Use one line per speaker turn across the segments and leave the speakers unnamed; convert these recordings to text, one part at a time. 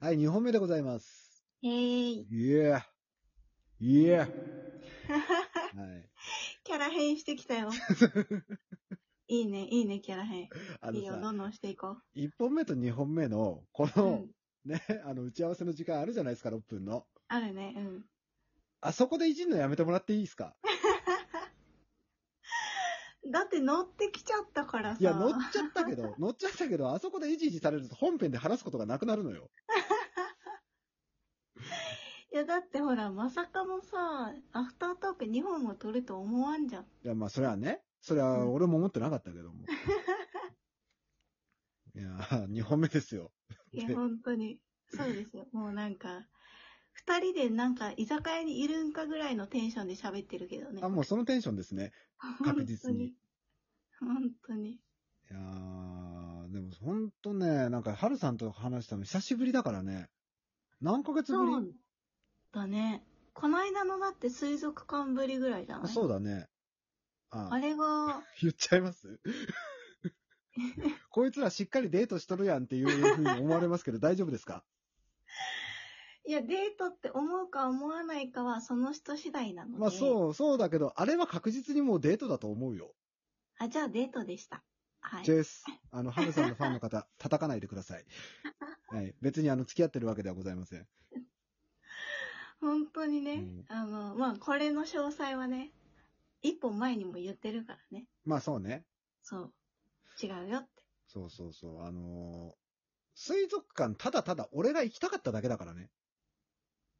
はい、2本目でございます。
えー、
いやい やはい。
キャラ変してき たよ。いいね、いいね、キャラ変。
あ
いいよ、
の
ど
さ、
んどんしていこ
1本目と2本目の、こ
う。う
の
ん、。
ね、あの、打ち合わせの時間あるじゃないですか、6分の。
あるね、うん。
あそこでいじんのやめてもらっていいですか
だって乗ってきちゃったからさ。
いや、乗っちゃったけど、乗っちゃったけど、あそこでいじいじされると本編で話すことがなくなるのよ。
いやだってほら、まさかもさ、アフタートーク2本も撮ると思わんじゃん。
いや、まあ、それはね、それは俺も思ってなかったけど も。いや、2本目ですよ。
いや
で、
本当に。そうですよ。もうなんか、二人でなんか居酒屋にいるんかぐらいのテンションで喋ってるけどね。
あ、もうそのテンションですね。確実に
本当に。
いやー、でもほんとね、なんか、はるさんと話したの久しぶりだからね。何ヶ月ぶ
本
り
当に。そうだね。この間のだって水族館ぶりぐらいじゃな
あ
い
そうだね。あ
あれが、
言っちゃいます こいつらしっかりデートしとるやんっていうふうに思われますけど、大丈夫です か
いや、デートって思うか思わないかはその人次第なので。
まあ
う。
そう、そうだけど、あれは確実にもうデートだと思うよ。
あ、じゃあデートでした。はい。
です。あの、ハルさんのファンの方、叩かないでくださ い。はい。別にあの、付き合ってるわけではございません。
本当にね、
うん
あの、まあ、これの詳細はね、一歩前にも言ってるからね。
まあそうね。
そう。違うよって。
そうそうそう。あのー水族館、ただただ俺が行きたかっただけだからね。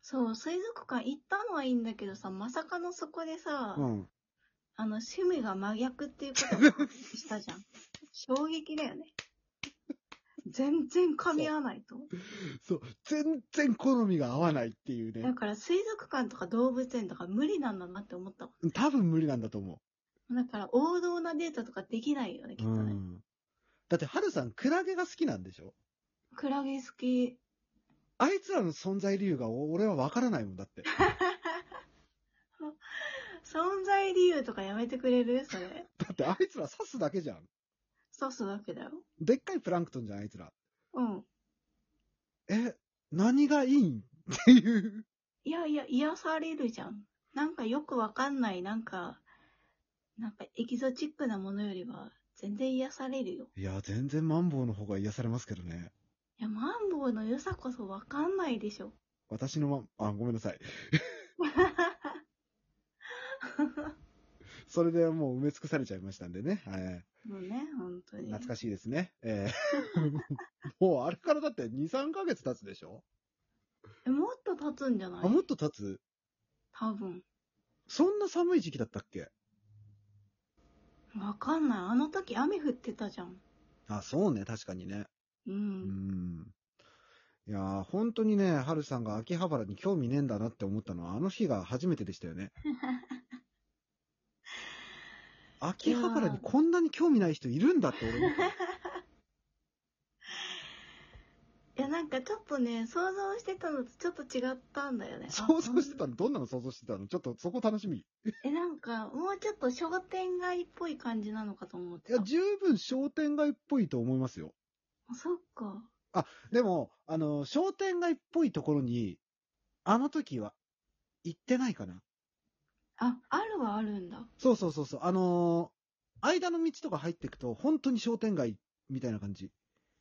そう、水族館行ったのはいいんだけどさ、まさかのそこでさ、
うん。
あの、趣味が真逆っていうことをしたじゃ ん。衝撃だよね。全然噛み合わないと思う。
そう。全然好みが合わないっていう
だ
ね。
から水族館とか動物園とか無理なんだなって思ったも
多分無理なんだと思
ん。だから王道なデートとかできないよね、
う。
きっ
う
とね。
ん。だって、ハルさん、クラゲが好きなんでしょ
クラゲ好き。
あいつらの存在理由が俺はわからないもんだ って。
存在理由とかやめてくれるそれ。
だってあいつら刺すだけじゃん。
そうそうだけだよ。
でっかいプランクトンじゃん、あいつら。
うん。
え、何がいいんっていう。
いやいや、癒されるじゃん。なんかよくわかんない、なんか、なんかエキゾチックなものよりは、全然癒されるよ。
いや、全然マンボウの方が癒されますけどね。
いや、マンボウの良さこそわかんないでしょ。
私のマン、あ、ごめんなさい。それでもう埋め尽くされちゃいましたんでね。はい。
もうね、本当に。
懐かしいですね。えーもうあれからだって2、3ヶ月経つでしょ
えもっと経つんじゃない
あ、もっと経つ
多分。
そんな寒い時期だったっけ
わかんない。あの時雨降ってたじゃん。
あ、そうね、確かにね。
う。
うんん。いやー、本当にね、はるさんが秋葉原に興味ねえんだなって思ったのは、あの日が初めてでしたよね。秋葉原にこんなに興味ない人いるんだって俺思った。
いや、なんかちょっとね、想像してたのとちょっと違ったんだよね。あ
想像して
こ
たのどんなの想像してたのちょっとそこ楽しみ。
んえ、なんか、もうちょっと商店街っぽい感じなのかと思っ
い
て
や
た、。
十分商店街っぽいと思いますよ。
あそっか。
でも、あの、商店街っぽいところに、あの時は行ってないかな。
あ、あるはあるんだ。
そうそうそうそう。あのー間の道とか入っていくと、本当に商店街みたいな感じ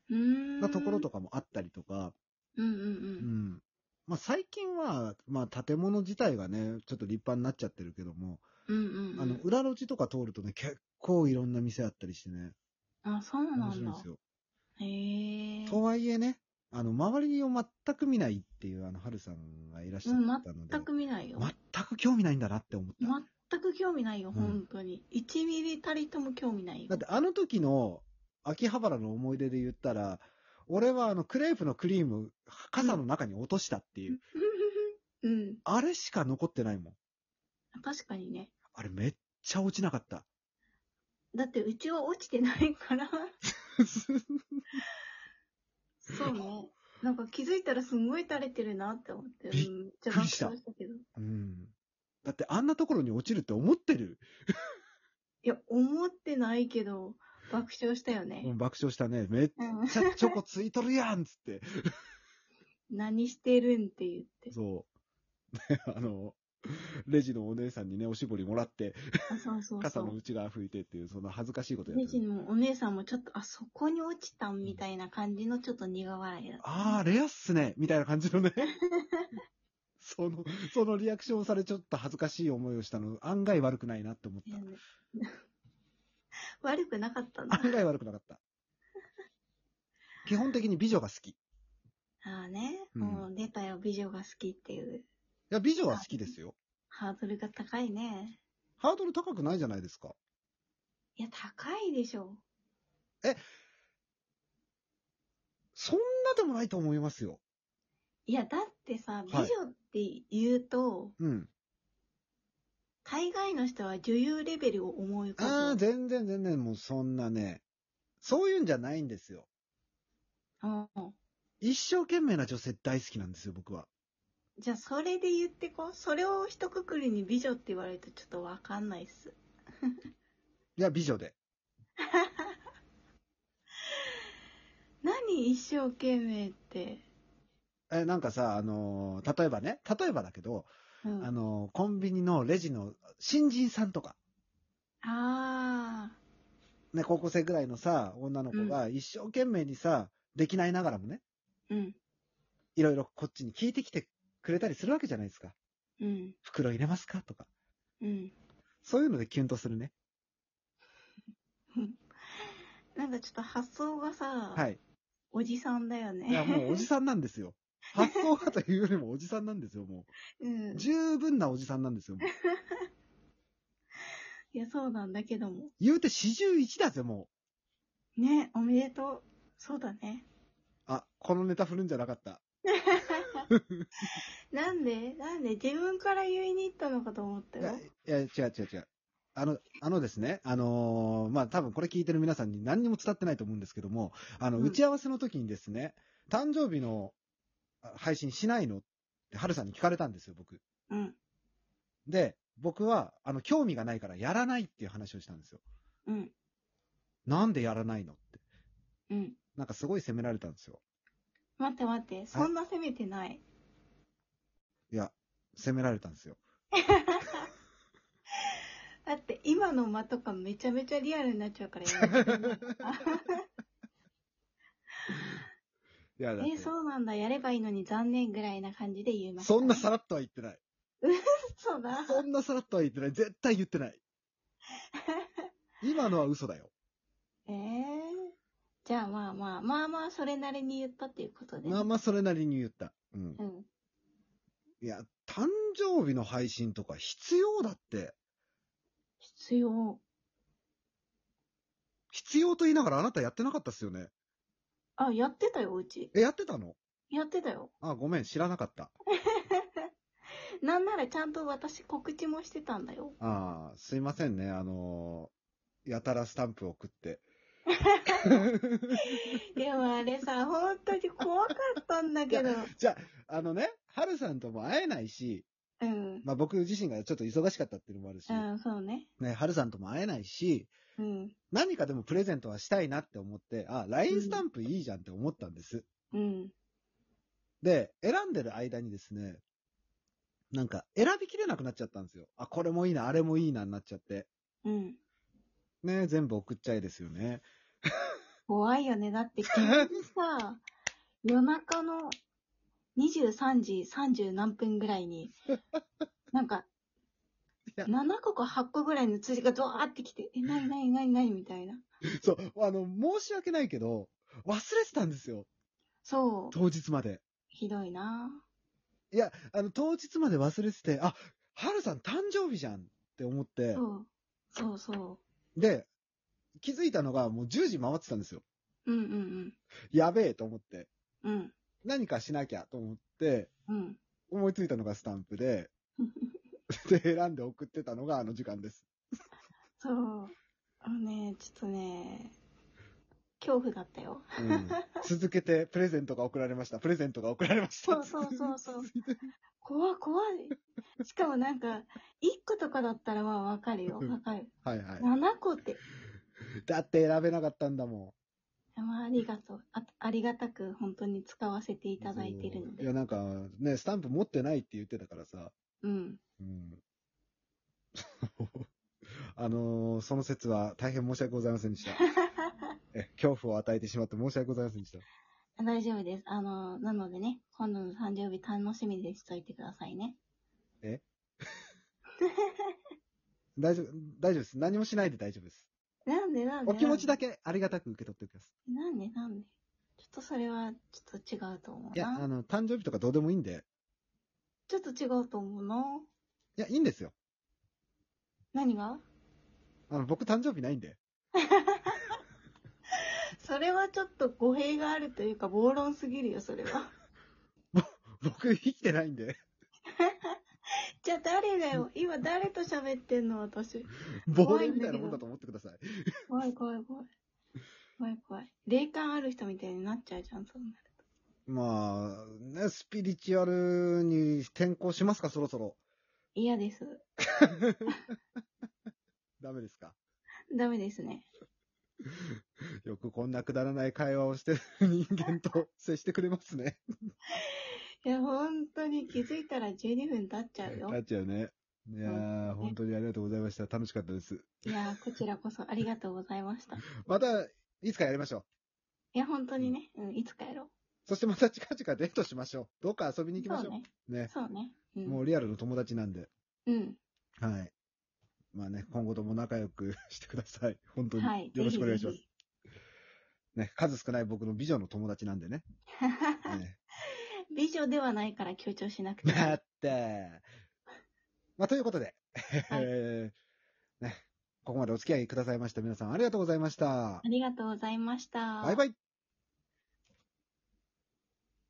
うーん。
なところとかもあったりとか、
うんうんう。
うんん。まあ最近は、まあ建物自体がね、ちょっと立派になっちゃってるけども、
うんうん、うん。
あの、裏路地とか通るとね、結構いろんな店あったりしてね、
あ、そうな
面白い
ん
ん
だ
です。よ。
へえ。
とはいえね、あの、周りを全く見ないっていう、あの、春さんがいらっしゃったので、
全く見ないよ。
全く興味ないんだなって思った。
全く興味ないよ、
ん
本当に。1ミリたりとも興味ないよ。
だってあの時の秋葉原の思い出で言ったら、俺はあのクレープのクリーム、傘の中に落としたっていう、
うん。
あれしか残ってないもん。
確かにね。
あれめっちゃ落ちなか った。
だってうちは落ちてないから。そうね。なんか気づいたらすんごい垂れてるなって思って。うん。
びっ
ちょっと
くりした
爆笑したけど。い
うん。だってあんなところに落ちるって思ってる。
や、思ってないけど、爆笑したよ
う
ね。
ん爆笑したね。めっ
うん。
ちゃチョコついとるやんっつって。
何してるんって言って。
そう。 であの、レジのお姉さんにね、おしぼりもらって、
あそうそうそ
傘の
う。
内側拭いてっていう、そんな恥ずかしいことや
レ
って
ジ
る。
のお姉さんもちょっと、あ、そこに落ちたんみたいな感じのちょっと苦笑いだった。
あー、レアっすねみたいな感じのね。 その、そのリアクションをされちょっと恥ずかしい思いをしたの、案外悪くないなって思っ
い
た
や。ね悪くなかったな。
案外悪くなかった。基本的に美女が好き。い
ああね、
うん
もう出たよ、美女が好きっていう。
や、美女は好きですよ。
ハードルが高いね。
ハードル高くないじゃないですか。
いや、高いでしょ。
そんなでもないと思いますよ。
いや、だってさ、
い
美女って言うと、
うん。
大概の人は女優レベルを思い浮
あ
か
あ、
ぶ。
全然全然もうそんなね、そういうんじゃないんですよ。
うん
一生懸命な女性大好きなんですよ、僕は。
じゃあ、それで言ってこう。それを一括りに美女って言われるとちょっとわかんないっす。
いや、美女で。
何一生懸命って。
え、なんかさ、あのー例えばね、例えばだけど、
うん、
あ
あ
のーコンビニのレジの新人さんとか、
あ
ね、高校生ぐらいのさ、女の子が一生懸命にさ、できないながらもね、
ー、うん、
いろいろこっちに聞いてきてくれたりするわけじゃないですか。
うん、
袋入れますかとか。
うん。
そういうのでキュンとするね。
なんかちょっと発想がさ、
はい。
おじさんだよね。
いや、もうおじさんなんですよ。発想がというよりもおじさんなんですよ、も
うん
う。。十分なおじさんなんですよ、もう。
いや、そうなんだけども。
言うて41だぜ、も
ね、おめでとう。そうだね。
う。あ、このネタ振るんじゃなかった。
なんでなんで自分から言いに行ったのかと思った
いや、
よ
い。や違う違う違う。あの、あのですね、あのーまあ、多分これ聞いてる皆さんに何にも伝ってないと思うんですけども、あの、
うん
打ち合わせの時にですね、誕生日のあ配信しないのって、春さんに聞かれたんですよ、僕。
うん、
で、僕は、あの、興味がないからやらないっていう話をしたんですよ。
うん、
なんでやらないのって。
うん。
なんかすごい責められたんですよ。
待って待って、そんな責めてない。
いや、責められたんですよ。
だって今の間とかめちゃめちゃリアルになっちゃうからやめて
いや、だって
え、そうなんだ、やればいいのに残念ぐらいな感じで言いました、
そんなさらっとは言ってない。
そうだ。
そんなさらっとは言ってない。絶対言って ない。今のは嘘だよ。
えー、じゃあまあまあ、まあまあそれなりに言ったっていうことで、ね。
まあまあそれなりに言った。うん。
うん。
いや、誕生日の配信とか必要だって。
必要。
必要と言いながらあなたやってなかったっすよね。
あ、やってたよ、うち。
え、やってたの
やってたよ。
あ、ごめん、知らなかった。
なんならちゃんと私告知もしてたんだよ。
ああ、すいませんね。あのーやたらスタンプ送って。
でもあ れさ、本当に怖かったんだけど。
じゃあ、あのね、はるさんとも会えないし、
うん。
まあ僕自身がちょっと忙しかったっていうのもあるし、
うん、そうね。
ね、はるさんとも会えないし、
うん。
何かでもプレゼントはしたいなって思って、あ、LINE スタンプいいじゃんって思ったんです。
うん。
で、選んでる間にですね、なんか選びきれなくなっちゃったんですよ。あ、これもいいな、あれもいいなになっちゃって。
うん。
ね、全部送っちゃいですよね。
怖いよね。だって昨日さ、夜中の23時30何分ぐらいに、なんか、
や
7個か8個ぐらいの通知がドワーってきて、え、なになになになにみたいな。
そう、あの、申し訳ないけど、忘れてたんですよ。
そう。
当日まで。
ひどいない
や、あの、当日まで忘れてて、あ、はるさん誕生日じゃんって思って、
そう。そうそ
で、気づいたのがもう10時回ってたんですよ。
う。うんうん
やべえと思って、
うん。うん。
何かしなきゃと思って、
うん。
思いついたのがスタンプで、 で、選んで送ってたのがあの時間です。
そう。あのね、ちょっとね、恐怖だったよ。
うん、続けて、プレゼントが送られました。プレゼントが送られました。
そう そうそうそう。怖い怖い。しかもなんか、1個とかだったらまあわかるよ。わかる。
はいはい。
7個って。
だって選べなかったんだも
あまあ、ありがとうあ。ありがたく本当に使わせていただいてるの
いや、
で。
なんか、ね、スタンプ持ってないって言ってたからさ。
うん。
うん。 あのーその説は大変申し訳ございませんで した。え恐怖を与えてしまって申し訳ございませんでした。
大丈夫です。あの、なのでね、今度の誕生日楽しみでしといてくださいね。
大丈夫、大丈夫です。何もしないで大丈夫です。
なんでなんで
お気持ちだ
け。
けありがたく受け取ってくださ
なんでなんでちょっとそれは、ちょっと違うと思
い。いうや、あ
な。
の、誕生日とかどうでもいいんで。
ちょっと違うと思うな。
いや、いいんですよ。
何が
あの、僕誕生日ないんで。
それはちょっと語弊があるというか、暴論すぎるよ、それは。
僕生きてないんで。
じゃあ誰だよ。今誰と喋ってんの、私。
亡霊みたいなもんだと思ってください。
怖い怖い怖い。怖い怖い。霊感ある人みたいになっちゃうじゃん、そんな。
まあ、ね、スピリチュアルに転向しますか、そろそろ。
嫌です。
ダメですか。
ダメですね。
よくこんなくだらない会話をしてる人間と接してくれますね。
いや、本当に気づいたら12分経っちゃうよ
な。っちゃうね。いやー、本当にありがとうございました。楽しかったです。
いや、こちらこそありがとうございました。い
また、いつかやりましょう。
や、本当にね、うん、いつかやろう。
そしてまた近々デートしましょう。どっか遊びに行きまし
そ
ょ
うね。
う。ね。
そうね。うん。
もうリアルの友達なんで。
うん。
はい。まあね、今後とも仲良くしてください。本当に。
はい。
よろしくお願いします。
ぜひぜ
ね、数少ない僕の美女の友達なんで ね。ね
ひ。美女ではないから強調し なくて。
だって。まあ、ということで、
はい
えーね、ここまでお付き合いくださいました皆さんありがとうございました
あ。りがとうございました。
バイバイ。